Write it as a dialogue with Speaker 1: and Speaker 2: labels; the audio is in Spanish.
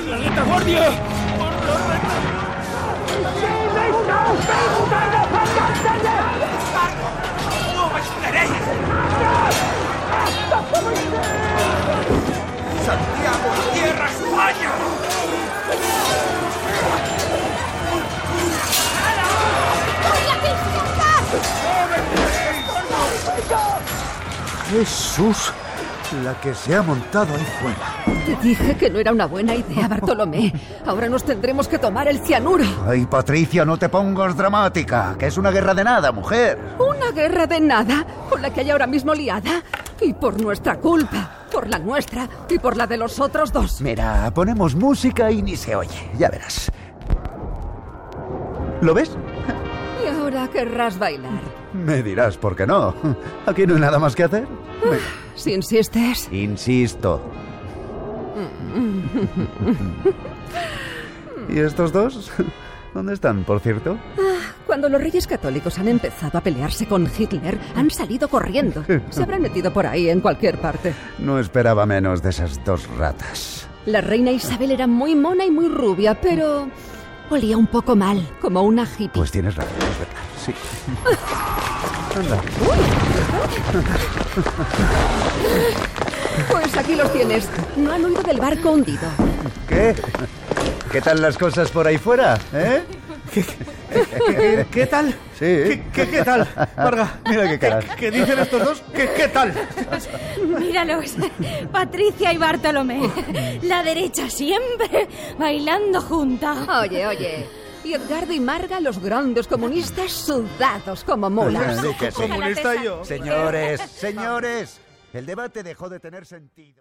Speaker 1: retaguardia!
Speaker 2: ¡Santiago, la tierra, España!
Speaker 3: Jesús, la que se ha montado ahí fuera.
Speaker 4: Te dije que no era una buena idea, Bartolomé. Ahora nos tendremos que tomar el cianuro.
Speaker 3: Ay, Patricia, no te pongas dramática, que es una guerra de nada, mujer.
Speaker 4: Una guerra de nada, con la que hay ahora mismo liada. Y por nuestra culpa, por la nuestra y por la de los otros dos.
Speaker 3: Mira, ponemos música y ni se oye, ya verás. ¿Lo ves?
Speaker 4: Y ahora querrás bailar.
Speaker 3: Me dirás por qué no. Aquí no hay nada más que hacer.
Speaker 4: Si insistes.
Speaker 3: Insisto. ¿Y estos dos? ¿Dónde están, por cierto?
Speaker 4: Cuando los reyes católicos han empezado a pelearse con Hitler, han salido corriendo. Se habrán metido por ahí en cualquier parte.
Speaker 3: No esperaba menos de esas dos ratas.
Speaker 4: La reina Isabel era muy mona y muy rubia, pero olía un poco mal, como una hippie.
Speaker 3: Pues tienes razón, es verdad. Sí. Anda,
Speaker 4: Pues aquí los tienes. No han huido del barco hundido.
Speaker 3: ¿qué? ¿Qué tal las cosas por ahí fuera? ¿Eh?
Speaker 5: ¿Qué, qué tal?
Speaker 3: Sí.
Speaker 5: ¿Qué, qué, qué tal, Varga?
Speaker 3: Mira qué caras.
Speaker 5: ¿Qué dicen estos dos? ¿Qué, qué tal?
Speaker 6: Míralos, Patricia y Bartolomé. La derecha siempre bailando junta.
Speaker 4: Oye, oye. Y Edgardo y Marga, los grandes comunistas sudados como
Speaker 3: Pues
Speaker 4: mulas.
Speaker 3: Sí que sí.
Speaker 5: Comunista yo.
Speaker 3: Señores, señores, el debate dejó de tener sentido.